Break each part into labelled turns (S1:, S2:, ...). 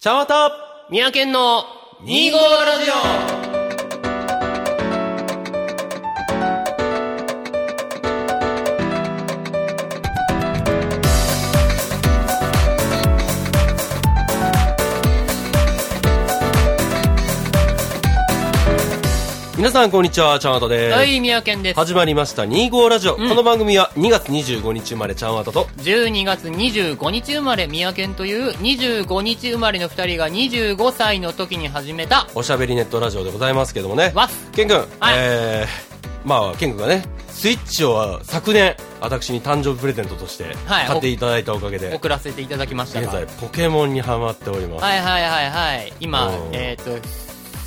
S1: 茶わた
S2: 三宅県の
S1: 2
S2: 2
S1: 号
S2: 号
S1: ラ
S2: ラ
S1: ジ
S2: ジ
S1: オ皆さんこんにちは、ちゃんわたで
S2: オ
S1: す。
S2: はい、三宅県です。
S1: 始まりました25ラジオ、
S2: ん
S1: この番組は2月25日生まれちゃんわたと
S2: 12月25日生まれ、三宅県という25日生まれの2人が25歳の時に始めた、
S1: おしゃべりネットラジオでございますけどもね
S2: わっ
S1: ケン君、
S2: はい
S1: えー、まあケン君がねスイッチを昨年私に誕生日プレゼントとして
S2: はい
S1: 買っていただいたおかげで、
S2: 送らせていただきました
S1: 現
S2: が。は
S1: 在
S2: い
S1: ポケモンにハマっております、
S2: はいはいはい。今
S1: う、ん
S2: えっ、と、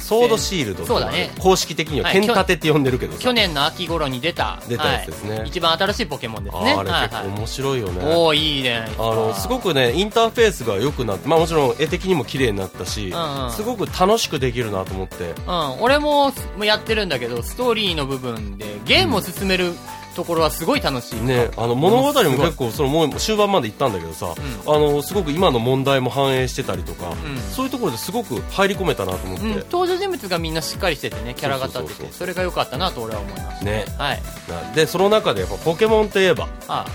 S1: ソードシールドってい
S2: そうだね
S1: 公式的には
S2: はい
S1: 剣立てって呼んでるけどさ、
S2: 去年の秋頃に出た、
S1: 出たやつですね
S2: はい一番新しいポケモンです
S1: あ
S2: ね。
S1: ーあれ
S2: はい
S1: 結
S2: はい
S1: 構面白いよね、
S2: おー、いいね。
S1: あのすご
S2: く、
S1: くねインターフェースが良くなって、まあ、もちろん絵的にも綺麗になったし、
S2: うんうん
S1: すごく楽しくできるなと思って
S2: うん、俺もやってるんだけど、ストーリーの部分で、ゲームを進めるところはすごい楽しい。
S1: ね、あの物語も結構そのもう終盤まで行ったんだけどさ、
S2: う
S1: あのすごく今の問題も反映してたりとか、
S2: ん
S1: そういうところですごく入り込めたなと思って、
S2: うん、登場人物がみんなしっかりしててね、キャラが立ってて、
S1: そう
S2: そ
S1: そうそうそう
S2: れが良かったなと俺は思いました。
S1: ね、
S2: はい。
S1: なでその中でやっぱポケモンといえば
S2: あ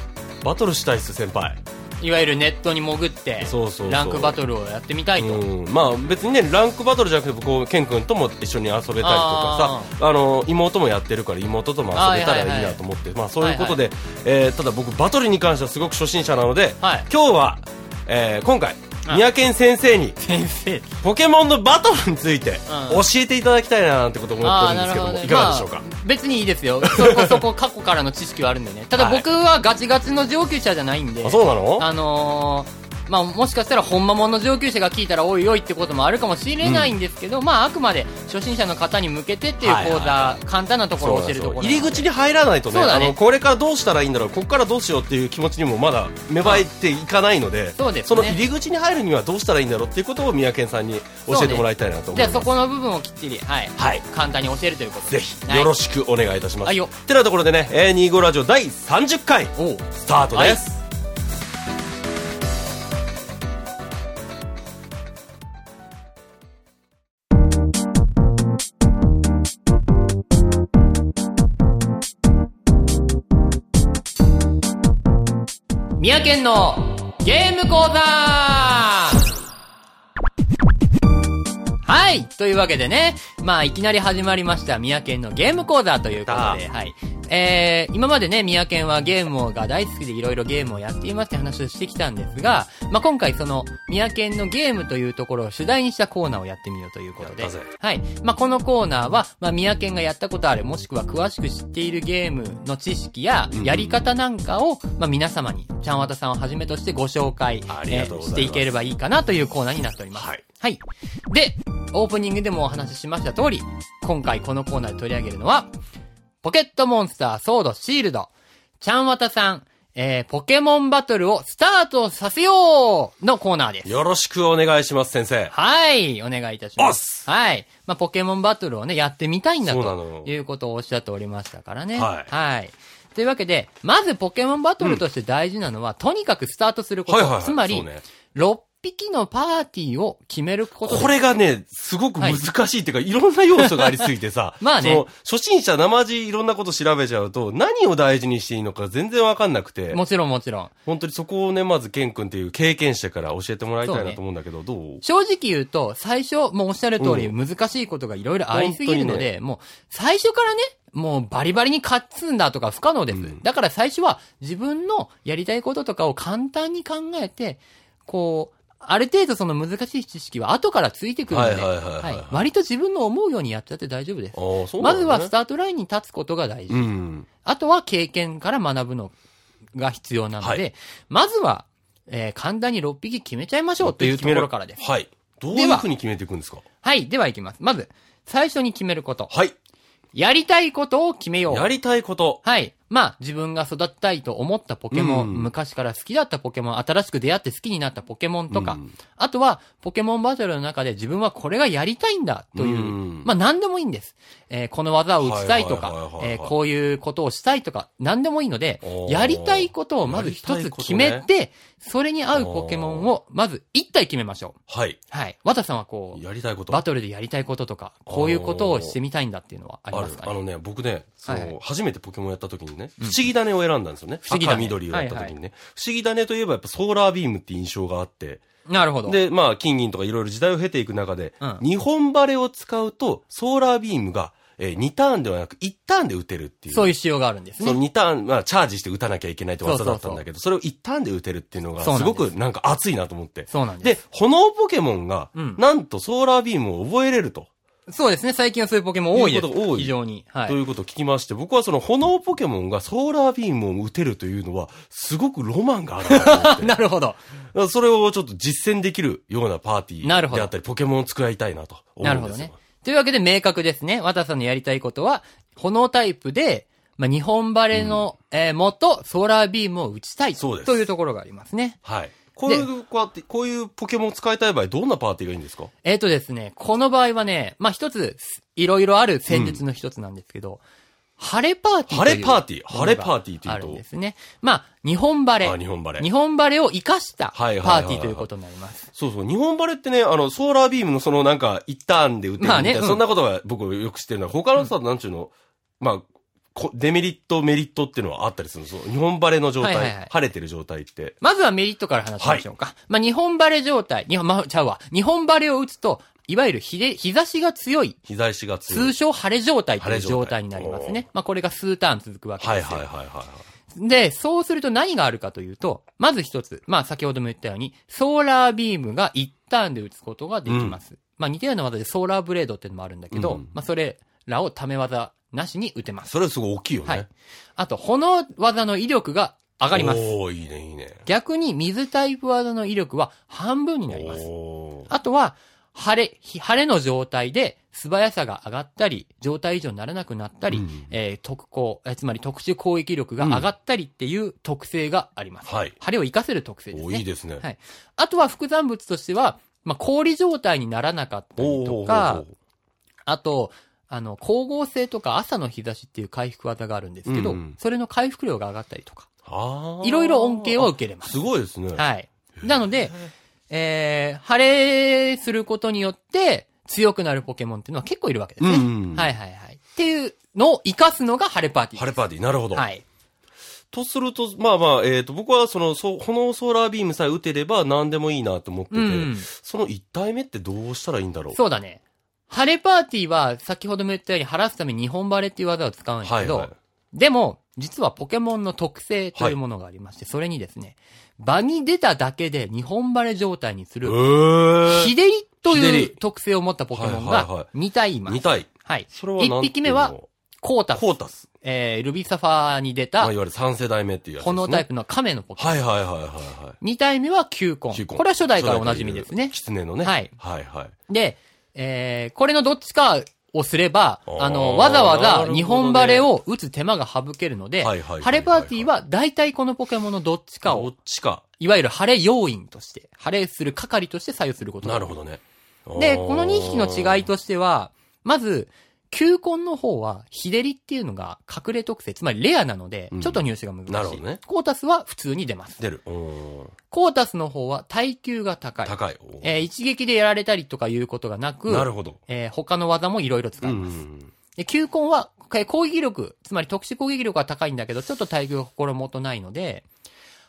S1: バトルしたいっす先輩
S2: あいわゆるネットに潜って、
S1: そうそうそう
S2: ランクバトルをやってみたいと。
S1: うんまあ別にねランクバトルじゃなくてこうケン君とも一緒に遊べたりとかさあの妹もやってるから妹とも遊べたらいいなと思って、まあ、そういうことで、えーただ僕バトルに関してはすごく初心者なので、
S2: はい
S1: 今日は、えー今回
S2: うん
S1: 三宅先生に
S2: 先生。
S1: ポケモンのバトルについて
S2: うん
S1: 教えていただきたいななんてことを思ってるんですけども、いかがでしょうか、
S2: まあ別にいいですよ。そこそ こ過去からの知識はあるんでね。ただ
S1: はい
S2: 僕はガチガチの上級者じゃないんで。
S1: あ、そうなの
S2: あのーまあ、もしかしたら、ほんまもんの上級者が聞いたら、おいおいってこともあるかもしれないんですけど、まあ、あくまで初心者の方に向けてっていう
S1: はいはい
S2: 講座、
S1: は
S2: 簡単なところを教えるところな
S1: 入
S2: ので
S1: り口に入らないとね
S2: そうだね
S1: あのこれからどうしたらいいんだろうここからどうしようっていう気持ちにもまだ芽生えていかないので
S2: そうですね
S1: の入り口に入るにはどうしたらいいんだろうっていうことを三宅さんに教えてもらいたいなと思い
S2: じ
S1: ま
S2: ゃあ
S1: す
S2: そこの部分をきっちり、はい、
S1: はい
S2: 簡単に教えるということで
S1: ぜひ
S2: はい
S1: よろしくお願いいたします、
S2: はいよ
S1: てなところでね「えー25ラジオ第30回」
S2: おう
S1: スタートです、
S2: 宮県のゲーム講座はいというわけでね、まあ、いきなり始まりました、宮県のゲーム講座ということで、はい。えー、今までね、宮県はゲームが大好きでいろいろゲームをやっていますって話をしてきたんですが、まあ、今回その、宮県のゲームというところを主題にしたコーナーをやってみようということで
S1: やったぜ、
S2: はい。まあ、このコーナーは、まあ、宮県がやったことある、もしくは詳しく知っているゲームの知識や
S1: う、ん
S2: やり方なんかを、まあ、皆様に、ちゃんわたさんをはじめとしてご紹介、
S1: ありがとうございます
S2: していければいいかなというコーナーになっております。
S1: はい。
S2: はい。で、オープニングでもお話ししました通り、今回このコーナーで取り上げるのは、ポケットモンスター、ソード、シールド、ちゃんわたさん、えー、ポケモンバトルをスタートさせようのコーナーです。
S1: よろしくお願いします先生
S2: はい、お願いいたします。はい。まあ、ポケモンバトルをね、やってみたいんだ
S1: そうなのよ
S2: ということをおっしゃっておりましたからね。
S1: はい
S2: というわけで、まずポケモンバトルとして大事なのは、とにかくスタートすること。
S1: はいはいはい
S2: つま
S1: そ
S2: り、
S1: うね
S2: 6匹のパーティーを決めることです
S1: これがね、すごく難しいっていうか、い、ろんな要素がありすぎてさ
S2: 、まあね
S1: その、初心者生地いろんなこと調べちゃうと、何を大事にしていいのか全然わかんなくて、
S2: もちろんもちろん。
S1: 本当にそこをね、まずケン君っていう経験者から教えてもらいた
S2: そ
S1: いうな
S2: ね
S1: と思うんだけど、どう
S2: 正直言うと、最初、もうおっしゃる通り、
S1: う
S2: 難しいことがいろいろありすぎるの
S1: 本当
S2: で、もう、最初からね、もうバリバリに勝つんだとか不可能です。
S1: ん
S2: だから最初は、自分のやりたいこととかを簡単に考えて、こう、ある程度その難しい知識は後からついてくるので、
S1: はいはいはいはいはい
S2: はい割と自分の思うようにやっちゃって大丈夫です。
S1: ああ、そうなん
S2: ま
S1: だ、
S2: ず
S1: ね。
S2: はスタートラインに立つことが大事。
S1: うん。
S2: あとは経験から学ぶのが必要なので、
S1: は
S2: まずは、えー簡単に6匹決めちゃいましょうというところからです。
S1: はい。どう
S2: で
S1: いう
S2: は
S1: ふうに決めていくんですか
S2: はい、では行きます。まず、最初に決めること。
S1: はい。
S2: やりたいことを決めよう。
S1: やりたいこと。
S2: はい。まあ、自分が育てたいと思ったポケモン、
S1: うん
S2: 昔から好きだったポケモン、新しく出会って好きになったポケモンとか、
S1: うん
S2: あとは、ポケモンバトルの中で自分はこれがやりたいんだという、
S1: うん
S2: まあ、何でもいいんです。えーこの技を打ちたいと
S1: はいはいはい
S2: か
S1: は、いはい
S2: えーこういうことをしたいとか、何でもいいので
S1: お、ー
S2: やりたいことをまず一つ決め
S1: やり
S2: て、それに合うポケモンを、まず一体決めましょう。
S1: はい。
S2: はい。和田さんはこう、
S1: やりたいこと。
S2: バトルでやりたいこととか、こういうことをしてみたいんだっていうのはありますか
S1: あ
S2: ね
S1: のね、僕ね、そ
S2: はいはい
S1: の、初めてポケモンやった時にね、不思議種を選んだんですよね。
S2: 不思議種
S1: 赤緑をやった時
S2: は
S1: にね。不思議種といえばやっぱソーラービームって印象があって。
S2: なるほど。
S1: で、まあ、金銀とかいろいろ時代を経ていく中で
S2: うん、
S1: 日本バレを使うと、ソーラービームが、え2ターンではなく1ターンで打てるっていう。
S2: そういう仕様があるんです
S1: その
S2: ね。
S1: 2ターン、まあ、チャージして打たなきゃいけないって技だったんだけど、それを1ターンで打てるっていうのが、
S2: そうなん
S1: す
S2: です
S1: ごくなんか熱いなと思って。
S2: そうなんで
S1: で、炎ポケモンが、
S2: うん
S1: なんとソーラービームを覚えれると。
S2: す。そうですね。最近はそういうポケモン多いです。
S1: いうことが多い
S2: 非常に。は
S1: とい
S2: い。
S1: うことを聞きまして、僕はその炎ポケモンがソーラービームを打てるというのは、すごくロマンがあるなと思って
S2: なるほど。
S1: だからそれをちょっと実践できるようなパーティ
S2: なるほ
S1: ー
S2: ど
S1: であったり、ポケモンを作りたいなと思
S2: な
S1: う
S2: る
S1: ん
S2: ほ
S1: で
S2: ど
S1: すよ
S2: ね。。というわけで明確ですね。ワタさんのやりたいことは、炎タイプで、まあ、日本バレの、えー、もと、ソーラービームを打ちたい。
S1: そうです
S2: というところがありますね。
S1: はい。こういう、こうやって、こういうポケモンを使いたい場合、どんなパーティーがいいんですか
S2: えっ、とですね、この場合はね、まあ、一つ、いろいろある戦術の一つなんですけど、晴れパーティーという
S1: 晴れパーティー
S2: ものが
S1: 晴れパーティーというと
S2: あるんですね。まあ、日本バレ。
S1: あ日本バレ
S2: 日本バレを生かしたパ
S1: はいはいはいはい
S2: ーティーということになります。
S1: そうそう。日本バレってね、あの、ソーラービームのそのなんか、一ターンで打てるみ
S2: ま
S1: た
S2: あ
S1: い
S2: ね
S1: な、
S2: うん
S1: そんなことが僕よく知ってるのは、他のさ、なんちゅうの、まあ、こデメリット、メリットっていうのはあったりするそう日本バレの状態、
S2: はいはいはい
S1: 晴れてる状態って。
S2: まずはメリットから話しましょうか。まあ、日本バレ状態。日本、まあ、ちゃうわ。日本バレを打つと、いわゆる日で、日差しが強い
S1: 日差しが強
S2: 通
S1: い。
S2: 称晴れ状態という
S1: 晴れ状
S2: 状
S1: 態
S2: 態になりますね
S1: お。
S2: まあこれが数ターン続くわけですよ。
S1: はいはいはいはいはい。
S2: で、そうすると何があるかというと、まず一つ、まあ先ほども言ったように、ソーラービームが一ターンで打つことができます。まあ似たような技でソーラーブレードっていうのもあるんだけど、
S1: うん
S2: まあそれらをため技なしに打てます。
S1: それはすごい大きいよね。
S2: はい。あと、炎技の威力が上がります。
S1: おー、いいねいいね。
S2: 逆に水タイプ技の威力は半分になります。
S1: おー
S2: あとは、晴れ、日晴れの状態で素早さが上がったり、状態異常にならなくなったり、
S1: うん
S2: えー特攻、えーつまり特殊攻撃力が上がったりっていう特性があります。
S1: はい
S2: 晴れを活かせる特性です
S1: お
S2: ね。
S1: ーいいですね。
S2: はい。あとは副産物としては、まあ、氷状態にならなかったりと
S1: おーお
S2: か
S1: ー、
S2: あと、あの、光合成とか朝の日差しっていう回復技があるんですけど、
S1: うんうん
S2: それの回復量が上がったりとか、
S1: あー
S2: いろいろ恩恵を受けれます。
S1: すごいですね。
S2: はい。なので、えー、晴れすることによって強くなるポケモンっていうのは結構いるわけで
S1: う
S2: す
S1: ん
S2: ね。
S1: うん。
S2: はいはいはい。っていうのを活かすのが晴れパーティー
S1: 晴
S2: で
S1: れ
S2: す。
S1: パーティー、なるほど。
S2: はい。
S1: とすると、まあまあ、えっ、と、僕はその、そう、炎ソーラービームさえ打てれば何でもいいなと思ってて、
S2: うん
S1: その1体目ってどうしたらいいんだろう
S2: そうだね。晴れパーティーは、先ほども言ったように晴らすために日本バレっていう技を使うんです
S1: は
S2: け
S1: い
S2: ど、
S1: はい。
S2: でも、実はポケモンの特性というものがありまして、それにですね、場に出ただけで日本バレ状態にす
S1: え
S2: る、
S1: ー、
S2: ヒデリと
S1: ヒデ
S2: いう
S1: リ
S2: 特性を持ったポケモン
S1: はいはいは
S2: が
S1: い
S2: 2体います。
S1: 2体。
S2: はい。
S1: それはなん
S2: 1匹目は、コータス
S1: コータス。
S2: えー、ルビーサファーに出
S1: まあ、
S2: た
S1: い、わゆる3世代目っていうやつです、ね。
S2: 炎タイプの亀のポケモン。
S1: はいはいはいはいは
S2: 2体目は球根。
S1: い。球根
S2: これは初代からおなじみですね。
S1: 狐のね。
S2: はい
S1: はいはい。
S2: で、えー、これのどっちかをすれば、
S1: あー
S2: あの、わ
S1: な
S2: ざ
S1: る
S2: わ
S1: ほ
S2: ざ
S1: どね
S2: 日本バレを打つ手間が省けるので、
S1: はいはいはいはい
S2: 晴れパーティーは大体このポケモンのどっちか
S1: ど
S2: を
S1: っ、ちか。
S2: いわゆる晴れ要員として、晴れする係として左右することが
S1: なるほどね。
S2: で、
S1: あー
S2: この2匹の違い。としては、まず、球根の方は、日照りっていうのが隠れ特性、つまりレアなので
S1: う、ん
S2: ちょっと入手が難しい。
S1: なるほどね
S2: コータスは普通に出ます。
S1: 出る。うーん
S2: コータスの方は耐久が高い。
S1: 高い。おー
S2: えー一撃でやられたりとかいうことがなく、
S1: なるほど。
S2: えー他の技もいろいろ使
S1: う
S2: う。
S1: ん。
S2: で、球根は、えー攻撃力、つまり特殊攻撃力は高いんだけど、ちょっと耐久が心もとないので、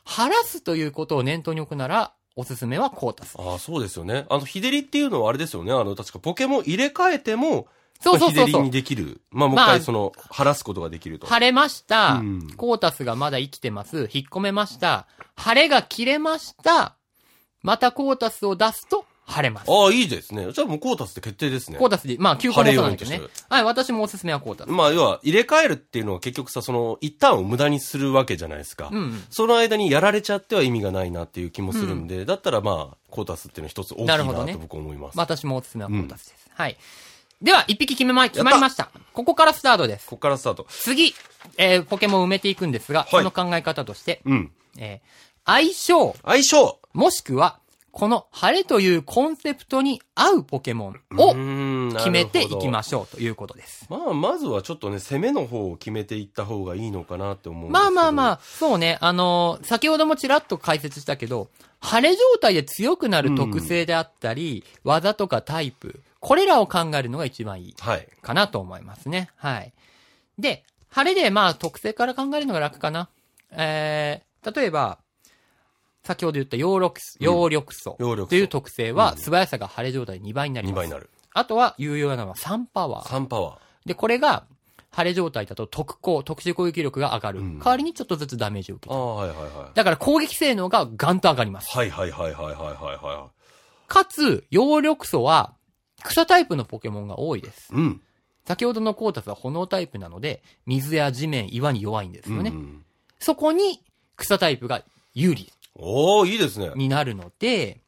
S2: 晴らすということを念頭に置くなら、おすすめはコータス。
S1: ああ、そうですよね。あの、日照りっていうのはあれですよね。あの、確かポケモン入れ替えても、
S2: そうそ
S1: まあ
S2: うそう
S1: 日照
S2: そ
S1: り
S2: う
S1: に。できる。まあ、もう一
S2: まあ
S1: 回その、晴らすことができると。
S2: 晴れました、
S1: うん
S2: コータスがまだ生きてます。引っ込めました。晴れが切れました。またコータスを出すと、晴れます。
S1: ああ、いいですね。じゃあもうコータスって決定ですね
S2: コ。ータスで、まあ、休校もそうなんです
S1: 晴れ
S2: ね
S1: ようにと。
S2: はい、私もおすすめはコータス。
S1: まあ、要は、入れ替えるっていうのは結局さ、その、一旦を無駄にするわけじゃないですか。
S2: うんうん
S1: その間にやられちゃっては意味がないなっていう気もするんで、だったらまあ、コータスっていうのは一つ大きい
S2: な
S1: な
S2: るほどね
S1: と僕思います。
S2: まあ私もおすすめはコータスです。はい。では、一匹決めま、決まりました。ここからスタートです。
S1: こっからスタート。
S2: 次、えーポケモンを埋めていくんですが、
S1: い
S2: その考え方として、
S1: うん。
S2: えー相性、
S1: 相性
S2: もしくは、この晴れというコンセプトに合うポケモン
S1: う
S2: を
S1: ーん
S2: 決めていき
S1: なる
S2: ましょうということです。
S1: ほどまあ、まずはちょっとね、攻めの方を決めていった方がいいのかなって思うんですけ
S2: ま
S1: ど。
S2: あまあまあ、そうね。あのー先ほどもちらっと解説したけど、晴れ状態で強くなる特性であったり、技とかタイプ、これらを考えるのが一番いい
S1: あ。はい。
S2: かなと思いますね。はい。で、晴れでまあ特性から考えるのが楽かな。えー、例えば、先ほど言った葉緑素、葉緑素
S1: 葉緑素
S2: という特性は素早さが晴れ状態で2倍になり
S1: 2
S2: ます。
S1: 倍になる。
S2: あとは有用なのは3パワー。
S1: 3パワー。
S2: で、これが、晴れ状態だと特攻、特殊攻撃力が上がる。
S1: うん
S2: 代わりにちょっとずつダメージを受け
S1: あ
S2: る。
S1: あ、はいはいはい。
S2: だから攻撃性能がガンと上がります。
S1: はいはいはいはいはいはいは
S2: かつ、葉緑素は、草タイプのポケモンが多いです。
S1: い。うん。
S2: 先ほどのコータスは炎タイプなので、水や地面、岩に弱いんですよね。
S1: うんうん
S2: そこに、草タイプが有利
S1: おおいいですね。
S2: になるので、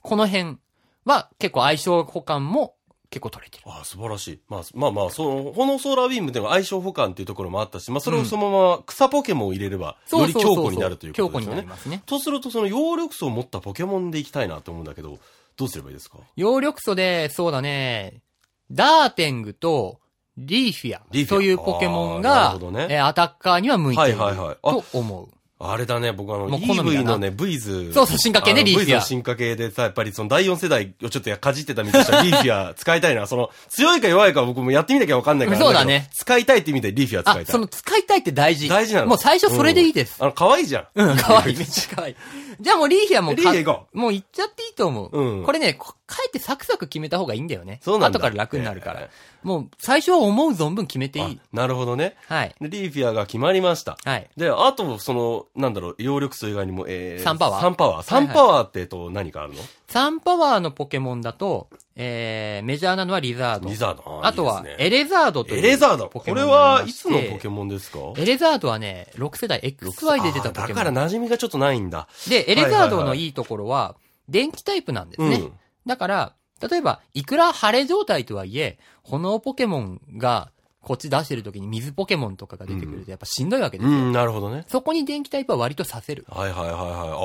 S2: この辺は結構相性補完も結構取れてる。
S1: ああ、素晴らしい。まあ、まあまあ、その、炎ソーラービームでの相性補完っていうところもあったし、まあそれをそのまま草ポケモンを入れれば、より強固になるという
S2: 強
S1: こと
S2: 固
S1: です
S2: に
S1: よ
S2: なり
S1: ね。
S2: ますね。
S1: とすると、その葉緑素を持ったポケモンでいきたいなと思うんだけど、どうすればいいですか
S2: 葉緑素で、そうだね、ダーテングとリーフィア
S1: リーフィア
S2: というポケモ
S1: あ
S2: ン
S1: ーな
S2: が、
S1: るほどね
S2: えーアタッカーには向いている
S1: はいはいはいあ
S2: と思う。
S1: あれだね、僕あの、
S2: もう好み
S1: EV
S2: だな
S1: のね、V ズ。
S2: そうそう進化系ね
S1: あの
S2: リーフィア
S1: V ズの進化系でさ、やっぱりその第4世代をちょっとかじってたみたい なリーフィア使いたいな。その、強いか弱いか僕もやってみなきゃわかんないから。
S2: そうだね
S1: けど使いたいって意味でリーフィア使いた
S2: あ
S1: い。、
S2: その使いたいって大事。
S1: 大事なの
S2: もう最初それでいいです。
S1: あの、可愛いじゃん。
S2: うん、かわいい。めっちゃかわいい。じゃあもうリーフィアも
S1: リーフィア行こ
S2: もう行っちゃっていいと思う。
S1: うん
S2: これね、こかえってサクサク決めた方がいいんだよね。
S1: そうなんだ
S2: 後から楽になるから。
S1: ええ
S2: もう最初は思う存分決めていい。
S1: あなるほどね。
S2: はい。
S1: で、リーフィアが決まりました。
S2: はい。
S1: で、あと、その、なんだろう、葉緑素以外にも、えー、
S2: サンパワー
S1: サンパワー。サンパワーって、えっと、何かあるの
S2: サンパワーのポケモンだと、えー、メジャーなのはリザード。
S1: リザード。
S2: あとは、エ
S1: エレ、
S2: レザードという
S1: エレザード。
S2: ポ
S1: こ
S2: ケモ
S1: れ
S2: ンが
S1: はい
S2: ま
S1: い
S2: し
S1: つ
S2: て
S1: のポケモンですか
S2: エレザードはね、6世代 XY で出たポ
S1: あだ
S2: ケモ
S1: から
S2: ン。
S1: 馴染みがちょっとないんだ。
S2: で、エレザードのいいところは、電気タイプなんですね。
S1: うん
S2: だから、例えば、いくら晴れ状態とはいえ、炎ポケモンが、こっち出してる時に水ポケモンとかが出てくるとやっぱしんどいわけで
S1: う
S2: す。
S1: ん、なるほどね。
S2: そこに電気タイプは割とさせる。
S1: はいはいはいはい。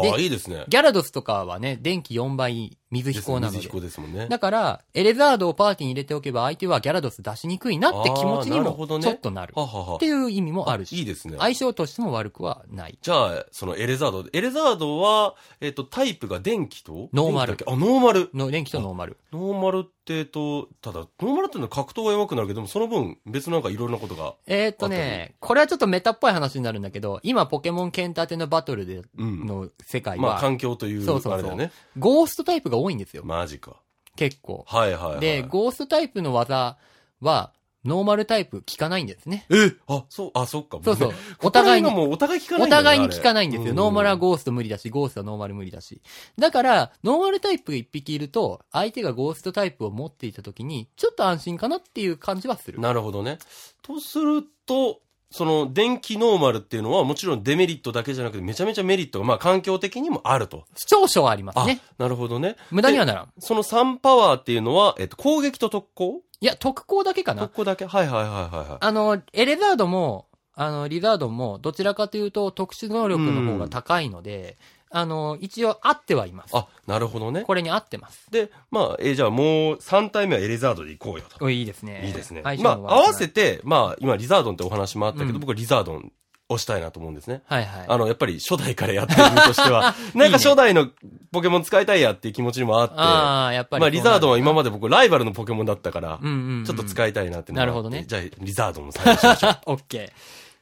S1: ああ、
S2: で
S1: いいですね。
S2: ギャラドスとかはね、電気4倍、水飛行なの
S1: 水
S2: で
S1: 飛。行ですもんね。
S2: だから、エレザードをパーティーに入れておけば相手はギャラドス出しにくいなって気持ちに
S1: あーなる
S2: も
S1: ほ
S2: ち
S1: ど
S2: ょ
S1: ね
S2: っとなる。
S1: ははは
S2: っていう意味もあるし。
S1: いいですね。
S2: 相性としても悪くはない。
S1: じゃあ、そのエレザード。エレザードは、えっ、と、タイプが電気と
S2: ノーマル
S1: 電気だっけあ、ノーマル。
S2: の、電気とノーマル。
S1: ノーマルって、えっと、ただ、ノーマルってのは格闘が弱くなるけども、その分、別のなんかいろんなことが。
S2: えーっとね、これはちょっとメタっぽい話になるんだけど、今ポケモン剣盾のバトルで、
S1: うん。
S2: の世界
S1: まあ、
S2: は、
S1: 環境という、
S2: そうそうそう
S1: あれだよね。
S2: ゴーストタイプが多いんですよ。
S1: マジか。
S2: 結構。
S1: はいはい、はい。
S2: で、ゴーストタイプの技は、ノーマルタイプ効かないんですね。
S1: えあ、そう、あ、そっか。
S2: そうそう
S1: もね。
S2: お互いに
S1: ここら辺がもうお互い聞かない
S2: お
S1: んだよね、
S2: 互いに効かないんですよ。ノーマルは
S1: ー
S2: ゴースト無理だし、ゴーストはノーマル無理だし。だから、ノーマルタイプ一匹いると、相手がゴーストタイプを持っていた時に、ちょっと安心かなっていう感じはする。
S1: なるほどね。とすると、その、電気ノーマルっていうのは、もちろんデメリットだけじゃなくて、めちゃめちゃメリットが、まあ、環境的にもあると。
S2: 長所はあります
S1: あ、
S2: ね。
S1: なるほどね。
S2: 無駄にはならん。
S1: その3パワーっていうのは、えっと、攻撃と特攻
S2: いや、特攻だけかな
S1: 特。攻だけはいはいはいはいはい。
S2: あの、エレザードも、あの、リザードも、どちらかというと特殊能力の方が高いので、あの、一応合ってはいます。
S1: あ、なるほどね。
S2: これに合ってます。
S1: で、まあ、えーじゃあもう3体目はエレザードで行こうよと。
S2: おいいですね。
S1: いいですね。
S2: 相性
S1: まあ合
S2: も、悪くない
S1: わせて、まあ、今、リザードンってお話もあったけど、
S2: うん
S1: 僕はリザードンをしたいなと思うんですね。
S2: はいはい。
S1: あの、やっぱり初代からやってる身として は、 なんか初代のポケモン使いたいやっていう気持ちにもあって、
S2: ああ、やっぱり。
S1: まあ、リザードンは今
S2: ま
S1: まで僕ライバルのポケモンだったから、
S2: うんうんうん
S1: ちょっと使いたいなってのがあって
S2: なるほどね
S1: じゃあ、リザードンの最初にしましょう。
S2: オッケー。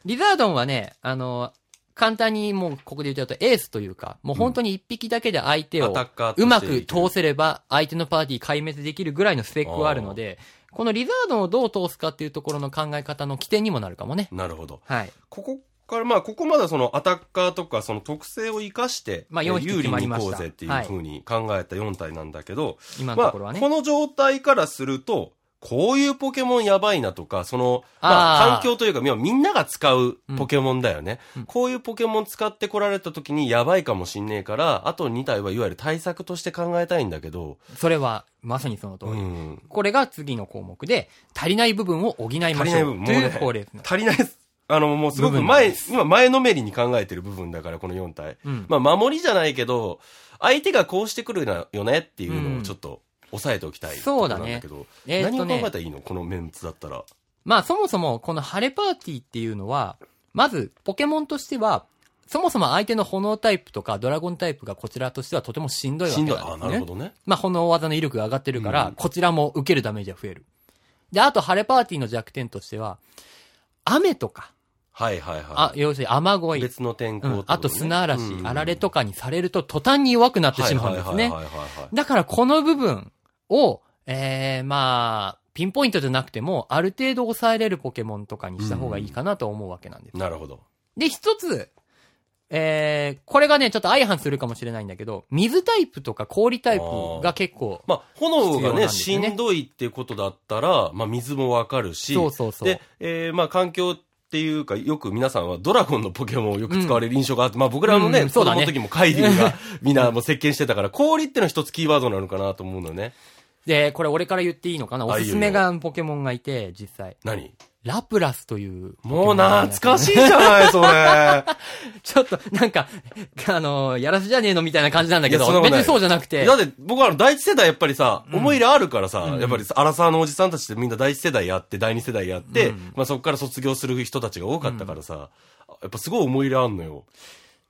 S2: リザードンはね、あの、簡単にもうここで言っちゃうとエースというか、もう本当に一匹だけで相手
S1: ア
S2: を
S1: タッカーとして
S2: うまく通せれば相手のパーティー壊滅できるぐらいのスペックはあるので、このリザードンをどう通すかっていうところの考え方の起点にもなるかもね。
S1: なるほど。
S2: はい。
S1: ここから、まあ、ここまではそのアタッカーとか、その特性を生かして、
S2: まあ
S1: えー
S2: 4匹
S1: 有利
S2: 決まり
S1: に
S2: ま
S1: 行こ
S2: した
S1: うぜっていう風に考えた4体なんだけど、
S2: 今の
S1: ま
S2: と
S1: あ、
S2: こ
S1: こ
S2: ろはね。
S1: の状態からすると、こういうポケモンやばいなとか、その、
S2: あー
S1: まあ、環境というか、みみんなが使うポケモンだよね。
S2: うん
S1: こういうポケモン使ってこられた時にやばいかもしんねえから、あと2体はいわゆる対策として考えたいんだけど、
S2: それは、まさにその通り。
S1: うん。
S2: これが次の項目で、足りない部分を補いましょう。
S1: 足りない部分
S2: とい
S1: もう
S2: う
S1: ね
S2: 法令ですね。
S1: 足りないです。あの、もうすごく前、今前のめりに考えてる部分だから、この4体。
S2: うん
S1: まあ、守りじゃないけど、相手がこうしてくるなよねっていうのをちょっと抑えておきたい、
S2: そうだね
S1: ところなんだけ
S2: えー
S1: ど、
S2: っ
S1: 何
S2: と
S1: を考
S2: ね
S1: えたらいいのこのメンツだったら。
S2: まあそもそもこの晴れパーティーっていうのは、まずポケモンとしては、そもそも相手の炎タイプとかドラゴンタイプがこちらとしてはとてもしんどいわ
S1: し
S2: け
S1: ん
S2: なん
S1: どい。
S2: です
S1: あ
S2: ね。
S1: あ、なるほどね。
S2: まあ炎技の威力が上がってるから、
S1: うん
S2: こちらも受けるダメージは増える。で、あと晴れパーティーの弱点としては、雨とか、
S1: はいはいは
S2: あ、要するに雨
S1: い。
S2: 乞い、
S1: 別の天候
S2: う
S1: ってこね
S2: んあと砂嵐、
S1: うん
S2: あられとかにされると途端に弱くなってしまうんですね。
S1: はいはいはいはいはい
S2: だからこの部分を、えー、まあ、ピンポイントじゃなくても、ある程度抑えれるポケモンとかにした方がいいかなと思うわけなんです。
S1: なるほど。
S2: で、一つ、えー、これがね、ちょっと相反するかもしれないんだけど、水タイプとか氷タイプが結構、
S1: まあ、炎
S2: 必要
S1: が
S2: なん
S1: ね、
S2: です
S1: し
S2: よね
S1: んどいってことだったら、まあ、水もわかるし、
S2: そうそうそう。
S1: で、えーまあ、環境っていうか、よく皆さんはドラゴンのポケモンをよく使われる印象があって、まあ、僕らのね、
S2: うんそ
S1: 子
S2: うだ
S1: 供
S2: ね
S1: の時も海流 がみんなもう席巻してたから、氷ってのは一つキーワードなのかなと思うのよね。
S2: で、これ俺から言っていいのかな
S1: あ
S2: おすすめがポケモンがいて、実際。
S1: 何
S2: ラプラスというポケ
S1: も
S2: モ
S1: う
S2: ンが
S1: 懐
S2: います。
S1: かしいじゃない、それ。
S2: ちょっと、なんか、 あのーやらせじゃねえのみたいな感じなんだけ
S1: いやそんな
S2: ど、
S1: ことな
S2: 別
S1: い
S2: にそうじゃなくて
S1: だ、って、僕はあの、第一世代やっぱりさ、
S2: ん
S1: 思い入れあるからさ、
S2: うん
S1: やっぱりさ、アラサーのおじさんたちってみんな第一世代やって、第二世代やって、
S2: うん
S1: まあそこから卒業する人たちが多かったからさ、やっぱすごい思い入れあんのよ。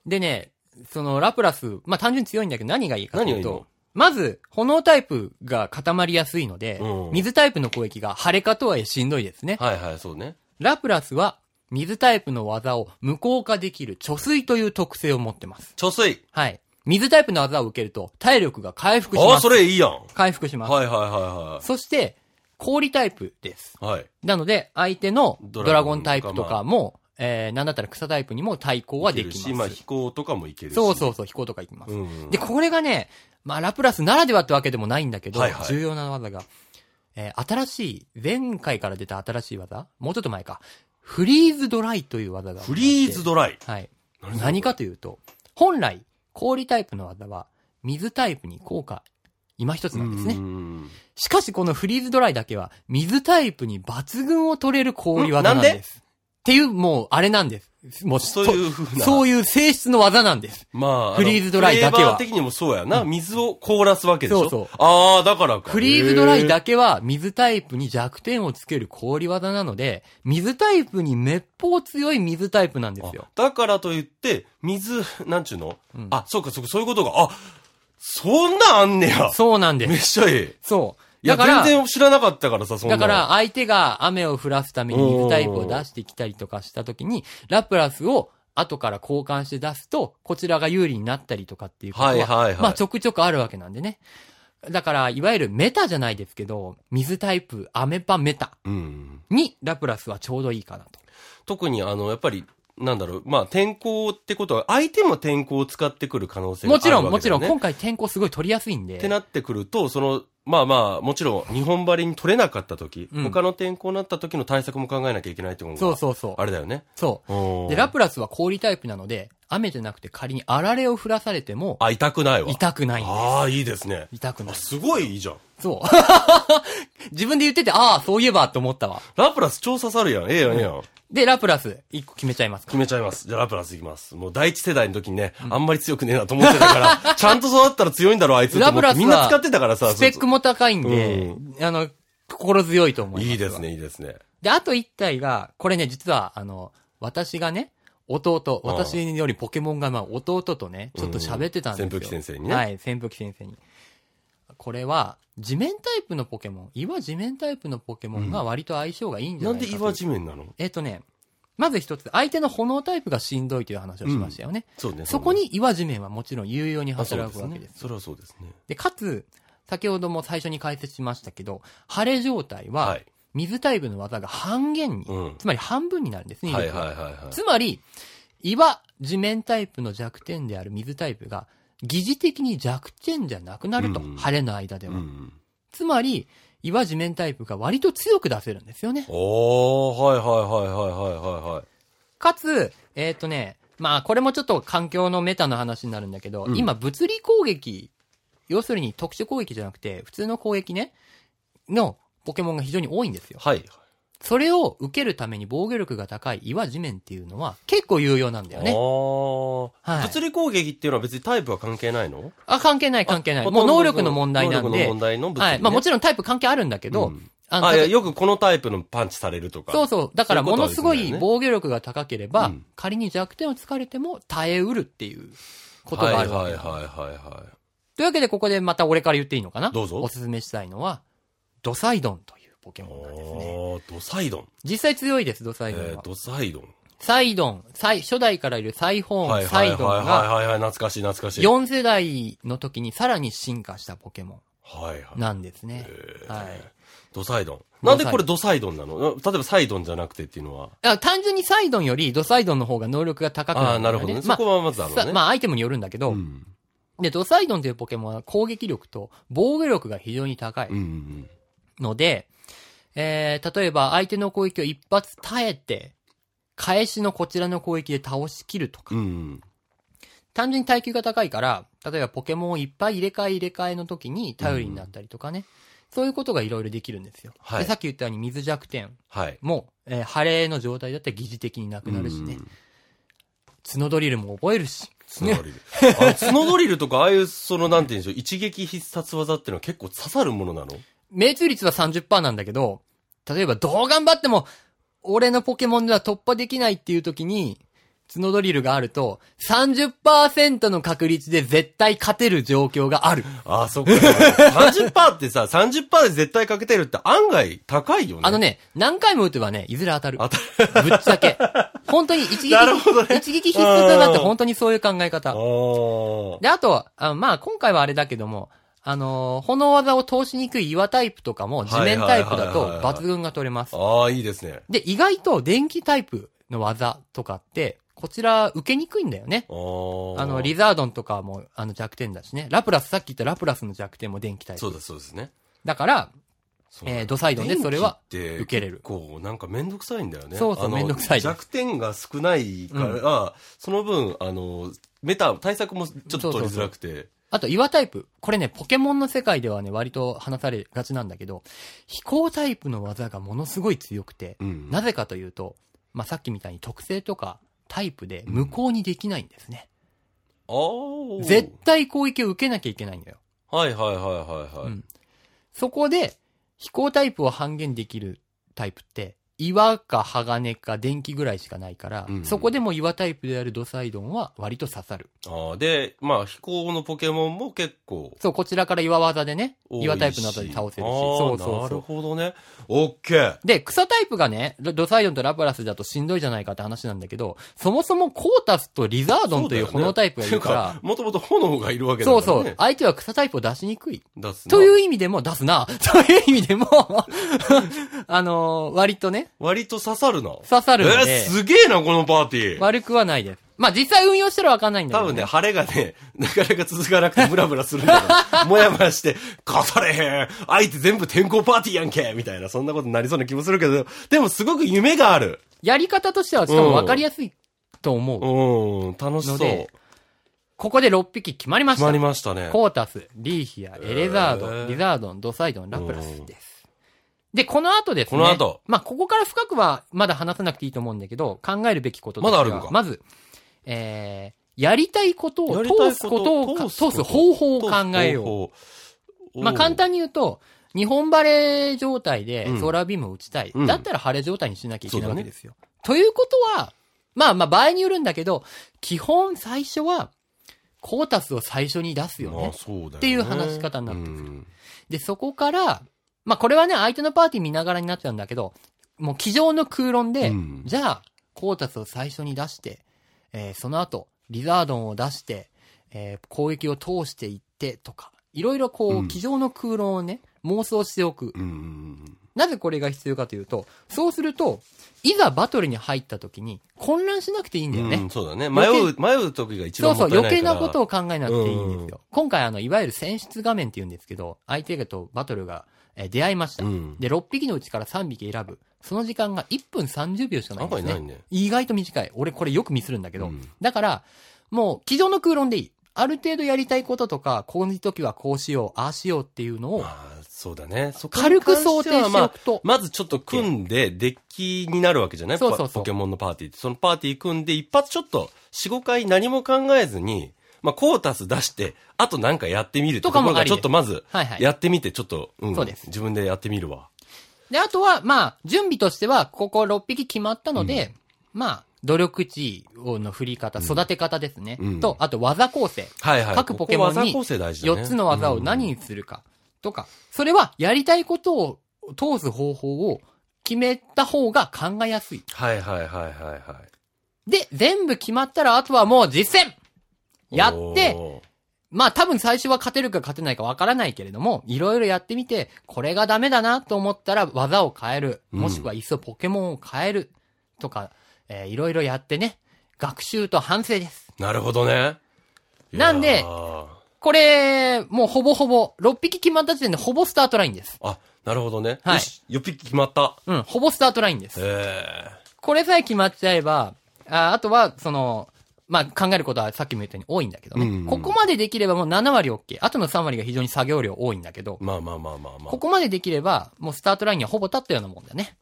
S2: でね、そのラプラス、まあ、単純に強いんだけど何がいいかという
S1: 何がいい
S2: と
S1: の、
S2: まず、炎タイプが固まりやすいので、
S1: うん
S2: 水タイプの攻撃が晴れかとはいえしんどいですね。
S1: はいはい、そうね。
S2: ラプラスは、水タイプの技を無効化できる貯水という特性を持ってます。
S1: 貯水。
S2: はい。水タイプの技を受けると、体力が回復し
S1: あ
S2: ま
S1: あ、
S2: す
S1: そ。れいいやん。は
S2: 回復し
S1: い
S2: ます。
S1: はいは
S2: そして、氷タイプです。
S1: いはい。はい。
S2: なので、相手の
S1: ド
S2: ドラ
S1: ラ
S2: ゴ
S1: ゴ
S2: ン
S1: ン
S2: タイプとかも、えー、なんだったら草タイプにも対抗はで
S1: いける
S2: き
S1: し、ま
S2: ま
S1: あ
S2: す
S1: 飛。行とかもいけるし。
S2: そうそうそう、飛行とか行きます。
S1: うん。
S2: で、これがね、まあ、ラプラスならではってわけでもないんだけど、
S1: はいはい
S2: 重要な技が、えー新しい、前回から出た新しい技もうちょっと前か。フリーズドライという技が。
S1: フリーズドライ。
S2: はい。
S1: 何それ
S2: 何かというと、本来、氷タイプの技は、水タイプに効果、今一つなんです
S1: う
S2: ね。
S1: ん
S2: しかし、このフリーズドライだけは、水タイプに抜群を取れる氷技なんです。っていう、もう、あれなんです。もう、
S1: そういうふうな。
S2: そういう性質の技なんです。
S1: まああの、
S2: フリーズドライだ
S1: フ
S2: けは
S1: レーバー的にもそうやな。水を凍らすわけでしょ。
S2: そうそう
S1: ああ、だからか。
S2: フリーズドライ
S1: へ
S2: だけは水タイプに弱点をつける氷技なので、水タイプに滅法強い水タイプなんで
S1: ー
S2: すよ。
S1: あだからと言って、水、なんちゅうの、
S2: ん
S1: あ、そうか、そうか、そういうことが。あ、そんなんあんねや。
S2: そうなんで
S1: めっ
S2: す。
S1: ちゃえ
S2: そう。
S1: え。いや、
S2: だから、
S1: 全然知らなかったからさ、そんな
S2: だ
S1: の
S2: から、相手が雨を降らすために水タイプを出してきたりとかした時に、ラプラスを後から交換して出すと、こちらが有利になったりとかっていうことは、
S1: はいはいはい
S2: まあちょくちょくあるわけなんでね。だから、いわゆるメタじゃないですけど、水タイプ、アメパメタ
S1: うん。
S2: にラプラスはちょうどいいかなと。
S1: 特にあの、やっぱり、なんだろう、まあ、天候ってことは、相手も天候を使ってくる可能性があるわ
S2: も
S1: けだ
S2: ちろ
S1: よ
S2: ん、
S1: ね。
S2: もちろん、
S1: っ
S2: 今回天候すごい取りやすいんで。
S1: てなってくると、その、まあまあ、もちろん、日本張りに取れなかった時、
S2: うん
S1: 他の天候になった時の対策も考えなきゃいけないってことが
S2: そうそうそう。
S1: あれだよね。
S2: そ
S1: お
S2: う。
S1: ー
S2: で、ラプラスは氷タイプなので、雨じゃなくて仮にあられを降らされても、
S1: あ、痛くないわ。
S2: 痛くないんです。
S1: ああ、いいですね。
S2: 痛くな
S1: あ
S2: い。
S1: すごいいいじゃん。
S2: そう。 自分で言ってて、ああ、そういえばと思ったわ。
S1: ラプラス超刺さるやん。ええやん、ええやん。
S2: で、ラプラス、一個決めちゃいますか
S1: 決。めちゃいます。じゃあラプラスいきます。もう第一世代の時にね、あんまり強くねえなと思ってたから、ちゃんと育ったら強いんだろ、あいつって思って
S2: ラプラスは
S1: みんな使ってたからさ、
S2: スペックも高いんで、あの、心強いと思います。
S1: いいです。ね、いいですね。
S2: で、あと一体が、これね、実は、あの、私がね、弟、
S1: ああ
S2: 私よりポケモンが、まあ、弟とね、ちょっと喋ってたんですよ。
S1: うん扇風機先生にね
S2: はい、扇風機先生に。これは、地面タイプのポケモン、岩地面タイプのポケモンが割と相性がいいんじゃ
S1: な
S2: なんい
S1: で
S2: かという
S1: 岩地面なの
S2: えっとね、まず一つ、相手の炎タイプがしんどいという話をしましたよね。
S1: そうね。
S2: そこに岩地面はもちろん有用に働くわけです。
S1: それはそうですね。
S2: で、かつ、先ほども最初に解説しましたけど、晴れ状態は、
S1: はい。
S2: 水タイプの技が半減に、
S1: うん
S2: つまり半分になるんですね。
S1: はいはい
S2: 威力が
S1: はいはい。
S2: つまり、岩、地面タイプの弱点である水タイプが、疑似的に弱点じゃなくなると、
S1: うん
S2: 晴れの間で
S1: う
S2: は。
S1: ん。
S2: つまり、岩地面タイプが割と強く出せるんですよね。
S1: おー、はいはいはいはいはいはいはい。
S2: かつ、えっ、とね、まあこれもちょっと環境のメタの話になるんだけど、
S1: うん
S2: 今物理攻撃、要するに特殊攻撃じゃなくて、普通の攻撃ね、のポケモンが非常に多いんですよ。
S1: はい。
S2: それを受けるために防御力が高い岩地面っていうのは結構有用なんだよね。
S1: おー、
S2: はい
S1: 物理攻撃っていうのは別にタイプは関係ないの
S2: あ、関係ない関係ない。
S1: あ
S2: もう能力の問題なん
S1: 能力の
S2: で
S1: 問。題の物理、ね。
S2: はい。まあも
S1: ち
S2: ちろんタイプ関係あるんだけど、
S1: うん
S2: あ
S1: あ、いや、
S2: 例え
S1: よくこのタイプのパンチされるとか。
S2: そうそう。だから
S1: そうい
S2: も
S1: うことは
S2: の
S1: ですすね
S2: ごい防御力が高ければ、
S1: うん
S2: 仮に弱点を突かれても耐えうるっていうことがあるわけだ、
S1: はいはいはいはいはい。
S2: というわけでここでまた俺から言っていいのかな
S1: どうぞ
S2: おすすめしたいのは、ドサイドンというポケモンなんですね。
S1: おー、ドサイドン。
S2: 実際強いです、ドサ
S1: え
S2: イドンは。
S1: ー、ドサイドン。
S2: サイドン、サイ初代からいるサイホーン、
S1: はい
S2: サ
S1: はい
S2: イ
S1: はい
S2: ドンが、
S1: はいはい、懐かしい懐かしい。
S2: 4世代の時にさらに進化したポケモ
S1: はいは
S2: ン
S1: い。
S2: なんですね。は
S1: はいい。ドサイドン。なんでこれドサイドンなの例えばサイドンじゃなくてっていうのは。
S2: あ単純にサイドンよりドサイドンの方が能力が高くなる、
S1: ああー、なるほどね。そ
S2: ま
S1: こはまずある
S2: さ
S1: のね。
S2: まあ、アイテムによるんだけ
S1: う
S2: ど、
S1: ん。
S2: で、ドサイドンというポケモンは攻撃力と防御力が非常に高い
S1: うんうんうん。
S2: ので、えー、例えば相手の攻撃を一発耐えて、返しのこちらの攻撃で倒しきるとか、
S1: うんうん。
S2: 単純に耐久が高いから、例えばポケモンをいっぱい入れ替え入れ替えの時に頼りになったりとかね、そういうことがいろいろできるんですよ、
S1: はい
S2: でさっき言ったように水弱点
S1: はい。
S2: も、えー、晴れの状態だったら疑似的になくなるしね、
S1: うん。
S2: 角ドリルも覚えるし、
S1: 角ドリル。あの角ドリルとか、ああいう、その、なんて言うんでしょう、一撃必殺技っていうのは結構刺さるものなの
S2: 命中率は30%なんだけど、例えばどう頑張っても、俺のポケモンでは突破できないっていう時に、角ドリルがあると、30%の確率で絶対勝てる状況がある。
S1: ああ、そっか。30%ってさ、30%で絶対かけてるって案外高いよね。
S2: あのね、何回も打てばね、いずれ当たる。
S1: 当
S2: ぶっちゃけ。本当に一 撃、
S1: なるほどね
S2: 一撃必殺技って本当にそういう考え
S1: あ
S2: 方。
S1: ー。
S2: で、あと、あまあ、今回はあれだけども、あのー炎技を通しにくい岩タイプとかも、地面タイプだ
S1: はい
S2: と
S1: はいはいはい
S2: 抜群が取れます。
S1: ああ、いいですね。
S2: で、意外と電気タイプの技とかって、こちら受けにくいんだよね。
S1: あー
S2: あの、リザードンとかもあの弱点だしね。ラプラス、さっき言ったラプラスの弱点も電気タイプ。
S1: そうです、そうですね。
S2: だから、
S1: そう
S2: えードサイドンでそれは
S1: 電気って
S2: 受けれる。
S1: こう、なんかめんどくさいんだよね。
S2: そうそう
S1: あの
S2: めんどくさいです
S1: 弱点が少ないから、
S2: う
S1: その分、あの、メタ、対策もちょっと取りづらくて。
S2: あと、岩タイプ。これね、ポケモンの世界ではね、割と話されがちなんだけど、飛行タイプの技がものすごい強くて、
S1: うん
S2: なぜかというと、まあ、さっきみたいに特性とかタイプで無効にできないんですね。
S1: あー
S2: 絶対攻撃を受けなきゃいけないんだよ。
S1: はいはいはいはいはい。
S2: うんそこで、飛行タイプを半減できるタイプって、岩か鋼か電気ぐらいしかないから、
S1: うん
S2: そこでも岩タイプであるドサイドンは割と刺さる。
S1: ああで、まあ、飛行のポケモンも結構
S2: そう、こちらから岩技でね、
S1: 多いし。
S2: 岩タイプなどで倒せ
S1: あー
S2: るし。そうそう
S1: な
S2: そ
S1: る
S2: う。
S1: ほどね。オッケー。
S2: で、草タイプがね、ドドサイドンとラプラスだとしんどいじゃないかって話なんだけど、そもそもコータスとリザードンという炎タイプがいるから、
S1: もともと炎がいるわけだか
S2: そ
S1: ら
S2: う
S1: ね。
S2: そう、相手は草タイプを出しにくい。
S1: 出すな
S2: という意味でも、出すな。という意味でも、 あのー割とね、
S1: 割と刺さるな。
S2: 刺さるの
S1: え
S2: で
S1: ー、すげえな、このパーティー。
S2: 悪くはないです。まあ、実際運用したらわかんないんだけ
S1: 多
S2: ど、
S1: 分ね、晴れがね、 なかなか続かなくてムラムラするん だけど、もやもやして、勝たれへん相手全部転校パーティーやんけみたいな、そんなことになりそうな気もするけど、でもすごく夢がある。
S2: やり方としてはしかもわかりやすいと思う。
S1: うん、楽しそ
S2: の
S1: う。
S2: でここで6匹決まりまし
S1: 決ま
S2: た。
S1: りましたね。
S2: コータス、リーヒア、エレザード、
S1: えー
S2: リザードン、ドサイドン、ラプラスです。で、この後ですね。
S1: この後
S2: まあ、ここから深くはまだ話さなくていいと思うんだけど、考えるべきことと
S1: ま
S2: して
S1: だあ
S2: は
S1: るのか
S2: まず、えー、やりたいこと
S1: や
S2: を
S1: りたい
S2: 通すことをか、通す方法を考えよう。
S1: よう
S2: まあ、簡単に言うと、日本晴れ状態で
S1: うん
S2: ソーラービームを打ちたい。
S1: うん
S2: だったら晴れ状態にしなきゃいけないわけですよ。
S1: よ。
S2: ということは、まあまあ場合によるんだけど、基本最初は、コータスを最初に出すよ
S1: まあ
S2: ね。
S1: そうだよね。
S2: っていう話し方になってく
S1: うん
S2: で、そこから、まあこれはね、相手のパーティー見ながらになっちゃうんだけど、もう机上の空論で、
S1: うん
S2: じゃあ、コータスを最初に出して、えーその後、リザードンを出して、えー攻撃を通していってとか、いろいろこう、
S1: うん
S2: 机上の空論をね、妄想しておく。
S1: うんうんうん。
S2: なぜこれが必要かというと、そうすると、いざバトルに入った時に混乱しなくていいんだよね。
S1: うん、そうだね。迷う、迷う時が一番
S2: そうそう、余計なこと
S1: を。
S2: を考えなくていいんです
S1: うん
S2: よ。今回、あの、いわゆる選出画面って言うんですけど、相手とバトルが、えー出会いました、
S1: うん
S2: で、6匹のうちから3匹選ぶ。その時間が1分30秒しかないんです
S1: あんまりない
S2: ね
S1: ね。
S2: 意外と短い。俺これよくミスるんだけど。
S1: うん
S2: だから、もう、既存の空論でいい。ある程度やりたいこととか、この時はこうしよう、ああしようっていうのを、
S1: ああ、そうだね。そこに
S2: 軽く想定しておくと、
S1: まずちょっと組んで、デッキになるわけじゃない
S2: そうそうそう
S1: ポポケモンのパーティーって。そのパーティー組んで、一発ちょっと、4、5回何も考えずに、まあ、コータス出して、あとなんかやってみるって
S2: とか
S1: と
S2: も
S1: ころ
S2: あ
S1: が
S2: り
S1: ちょっとまず
S2: はい、はい
S1: やってみて、ちょっと、うん
S2: そうです
S1: 自分でやってみるわ。
S2: で、あとは、まあ、準備としては、ここ6匹決まったので、まあ、努力値の振り方、育て方ですね。
S1: うん
S2: と、あと技構成。
S1: はいはい。
S2: 各ポケモン
S1: ここ技
S2: に
S1: 構成大事だね。
S2: 4つの技を何にするか。とか、それはやりたいことを通す方法を決めた方が考えやすい。
S1: はいはいはいはいはい。
S2: で、全部決まったら、あとはもう実践やって、
S1: お
S2: まあ多分最初は勝てるか勝てないかわからないけれども、いろいろやってみて、これがダメだなと思ったら技を変える。
S1: うん
S2: もしくはいっそポケモンを変える。とか、えーいろいろやってね。学習と反省です。
S1: ーなるほどね。
S2: なん
S1: い
S2: で
S1: やー
S2: これ、もうほぼほぼ、6匹決まった時点でほぼスタートラインです。
S1: あ、なるほどね。
S2: はい
S1: よし、4匹決まった。
S2: うん、ほぼスタートラインです。
S1: え
S2: これさえ決まっちゃえば、ああとは、その、まあ、考えることはさっきも言ったように多いんだけどね。
S1: うんうん
S2: ここまでできればもう7割 OK。あとの3割が非常に作業量多いんだけど
S1: え、まあまあまあまあまあ
S2: こ。こまでできれば、もうスタートラインにはほぼ立ったようなもんだね。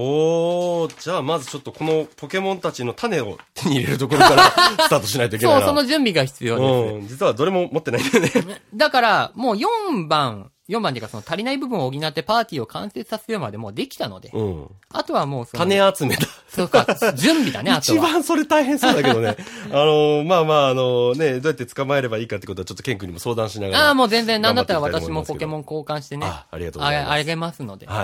S1: おお、じゃあまずちょっとこのポケモンたちの種を手に入れるところからスタートしないといけな
S2: そ、
S1: いうな。
S2: その準備が必要で
S1: うん、実はどれも持ってないん だよね。
S2: す。だから、もう4番、4番っていうかその足りない部分を補ってパーティーを完成させるまでもうできたので、
S1: うん。
S2: あとはもうその、
S1: 種集めだ。
S2: そうか、準備だね、あと
S1: 一
S2: は。
S1: 番それ大変そうだけど ね。あのーまあまあ、あのーね、どうやって捕まえればいいかってことはちょっとケン君にも相談しながら。
S2: ああ、もう全然、なんだったら
S1: 頑張っていきたい
S2: 私
S1: と思い
S2: も
S1: ます
S2: ポ
S1: け
S2: ケ
S1: ど
S2: モン交換してね。
S1: あありがとうございます
S2: ああげますので。は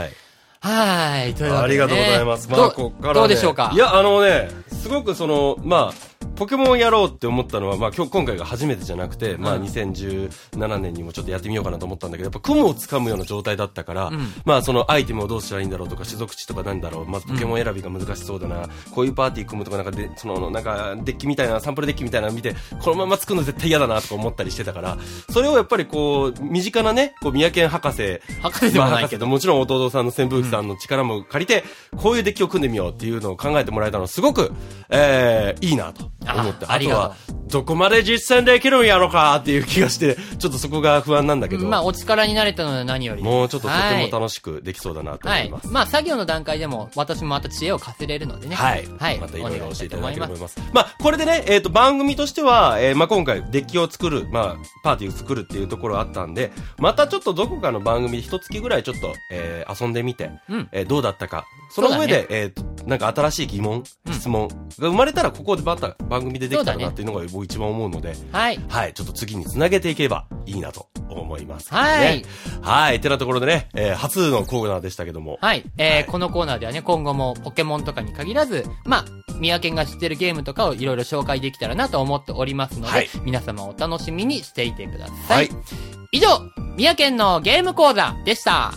S1: はい。
S2: ーい、という
S1: あ
S2: わけ
S1: り
S2: で
S1: が
S2: ね、
S1: とうございます。まあ、
S2: ど
S1: こっから、ね、
S2: どうでしょうか
S1: いや、あのね、すごくその、まあ、ポケモンをやろうって思ったのは、まあ、今日、今回が初めてじゃなくて、ま
S2: う
S1: あ、
S2: ん
S1: 2017年にもちょっとやってみようかなと思ったんだけど、やっぱ雲を掴むような状態だったから、
S2: ん
S1: まあ、そのアイテムをどうしたらいいんだろうとか、種族値とかなんだろう、まずポケモン選びが難しそうだな、こういうパーティー組むとか、なんかで、その、なんか、デッキみたいな、サンプルデッキみたいなの見て、このまま作るの絶対嫌だなとか思ったりしてたから、それをやっぱりこう、身近なね、こう、宮県博士、
S2: 博士でもないけど
S1: けどもちろん弟さんの扇風機さんの力も借りて、こういうデッキを組んでみようっていうのを考えてもらえたのはすごく、えー、いいなと思って。
S2: ああ
S1: あ
S2: り
S1: と
S2: がとう
S1: は、どこまで実践できるんやろかっていう気がして、ちょっとそこが不安なんだけど、
S2: まあ、お力になれたのは何よりです。
S1: もうちょっとと
S2: は
S1: て
S2: い
S1: も楽しくできそうだなと思
S2: はいい
S1: ます。。
S2: まあ、作業の段階でも、私もまた知恵を貸せれるのでね。
S1: はい。
S2: はい。
S1: またいろいろ教えていただければと思い
S2: す。
S1: ます。まあ、これでね、えっ、と、番組としては、えーまあ、今回、デッキを作る、まあ、パーティーを作るっていうところあったんで、またちょっとどこかの番組で一月ぐらいちょっと、えー遊んでみて、
S2: うん
S1: えーどうだったか。その
S2: そ
S1: 上
S2: うだ
S1: で、
S2: ね
S1: えっ、と、なんか新しい疑問、
S2: うん
S1: 質問が生まれたら、ここでまた番組でできた
S2: そう
S1: ら
S2: だ
S1: なっ
S2: ね
S1: ていうのが僕一番思うので、
S2: はい。
S1: はい、ちょっと次につなげていけばいいなと思います、
S2: はい
S1: ね。はい、てなところでね、えー初のコーナーでしたけども、
S2: はい。えー
S1: はい
S2: このコーナーではね、今後もポケモンとかに限らず、まあ、宮県が知ってるゲームとかをいろいろ紹介できたらなと思っておりますので、
S1: はい
S2: 皆様お楽しみにしていてください。
S1: はい
S2: 以上、宮県のゲーム講座でした。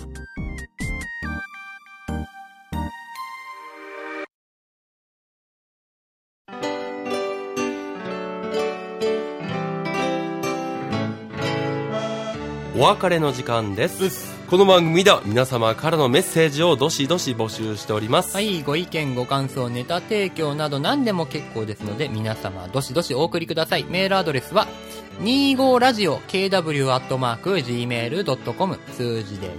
S1: お別れの時間ですこの番組では皆様からのメッセージをどしどし募集しております、
S2: はい、ご意見、ご感想、ネタ提供など何でも結構ですので、皆様、どしどしお送りください。メールアドレスは、25radio.kw.gmail.com 数字で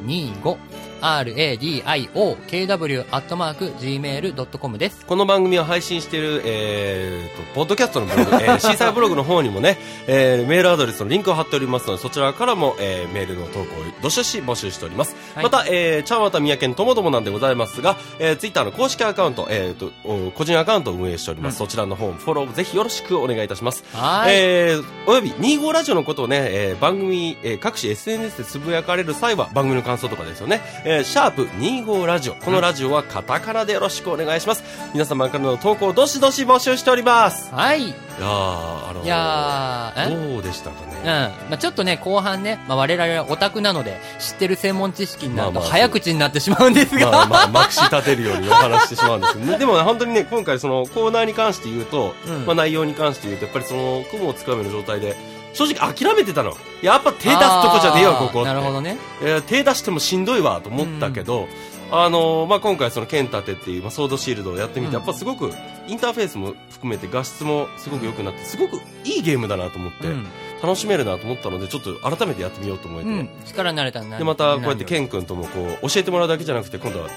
S2: 25radio.kw.gmail.com です。
S1: この番組を配信している、えー、と、ポッドキャストのブログ、え ー、シーサーブログの方にもね、えーメールアドレスのリンクを貼っておりますので、そちらからも、えーメールの投稿をどしどし募集しております。
S2: はい
S1: また、えー、ちゃんわたみやけんともどもなんでございますが、えー、ツイッターの公式アカウント、えー、と、お個人アカウントを運営しております。そちらの方もフォローぜひよろしくお願いいたします。
S2: はーい。
S1: えーおよび25ラジオのことをね、えー番組、えー各種 SNS でつぶやかれる際は、番組の感想とかですよね。えーシャープ25ラジオ。このラジオはカタカナでよろしくお願いします。皆様からの投稿、どしどし募集しております。
S2: はい。い
S1: いやー、あのー
S2: やー、ん
S1: どうでしたか
S2: うん。
S1: ね。
S2: まあちょっとね、後半ね、まあ我々はオタクなので、知ってる専門知識になる
S1: ま
S2: と
S1: あまあ
S2: 早口になってしまうんですが。
S1: まあまあ、まくし立てるようにお話してしまうんですけど ね。でもね、本当にね、今回そのコーナーに関して言うと、
S2: うん
S1: まあ内容に関して言うと、やっぱりその雲をつかめの状態で、正直諦めてたの。やっぱ手出すとこじゃねえわ、ここって。
S2: あーなるほどね。
S1: えー手出してもしんどいわと思ったけど、あのーまあ、今回その剣立てっていう、まあ、ソードシールドをやってみて、
S2: うん
S1: やっぱすごくインターフェースも含めて画質もすごく良くなって、すごくいいゲームだなと思って、
S2: うん。
S1: 楽しめるなと思ったので、ちょっと改めてやってみようと思えて。
S2: うん。力になれたんだ
S1: で、また、こうやって、ケン君とも、こう、教えてもらうだけじゃなくて、今度は、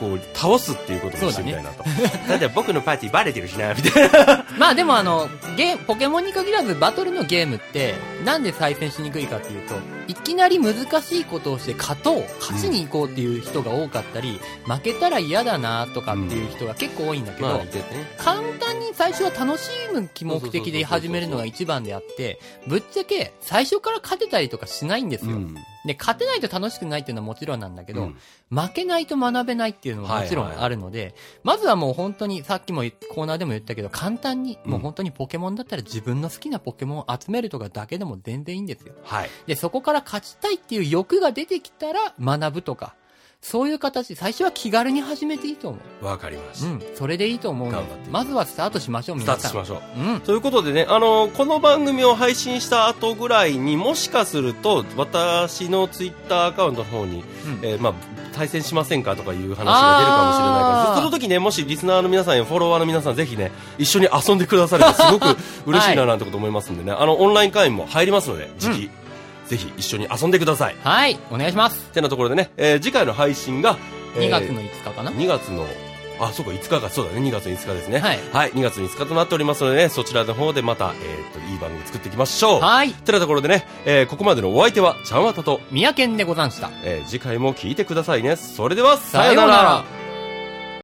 S1: こう、倒すっていうこともしてみたいなと。だって僕のパーティーバレてるしな、みたいな。
S2: まあでもあの、ゲーポケモンに限らずバトルのゲームって、なんで対戦しにくいかっていうと、いきなり難しいことをして勝とう、勝ちに行こうっていう人が多かったり、負けたら嫌だなとかっていう人が結構多いんだけど、
S1: まあ、てね。
S2: 簡単に最初は楽しむ目的で始めるのが
S1: そう
S2: 一番であって、ぶっちゃけ最初から勝てたりとかしないんですよ。
S1: うん。
S2: で、勝てないと楽しくないっていうのはもちろんなんだけど、
S1: うん
S2: 負けないと学べないっていうのももちろんあるので、まずはもう本当にさっきも言っコーナーでも言ったけど、簡単に、
S1: うん
S2: もう本当にポケモンだったら自分の好きなポケモンを集めるとかだけでも全然いいんですよ。
S1: はい。
S2: で、そこから勝ちたいっていう欲が出てきたら学ぶとか、そういう形、最初は気軽に始めていいと思う。
S1: わかりまし
S2: う
S1: た。
S2: ん、それでいいと思うの
S1: 頑張って
S2: で、まずはスタートしましょう、
S1: スター
S2: 皆
S1: ト
S2: さん。
S1: しましょう。
S2: うん。
S1: ということでね、あのこの番組を配信した後ぐらいにもしかすると、私のツイッターアカウントの方に、
S2: うん
S1: えーまあ、対戦しませんかとかいう話が出るかもしれないか
S2: あ
S1: ら、
S2: ー
S1: その時ね、もしリスナーの皆さんやフォロワーの皆さん、ぜひね、一緒に遊んでくださればすご く嬉しいななんてこと思いますんでね、あの、オンライン会員も入りますので、時期、ぜひ一緒に遊んでください。
S2: はい、お願いします。
S1: てなところでね、えー次回の配信が、えー
S2: 2月の5日かな、
S1: 2月の、あ、そうか、5日か、そうだね、2月の5日ですね。
S2: はい
S1: 2月の5日となっておりますのでね、そちらの方でまた、えーっと、いい番組作っていきましょう。
S2: はい、
S1: てなところでね、えーここまでのお相手は、ちゃんわたと、
S2: 宮県でござんした。
S1: えー次回も聞いてくださいね。それでは、
S2: さようなら。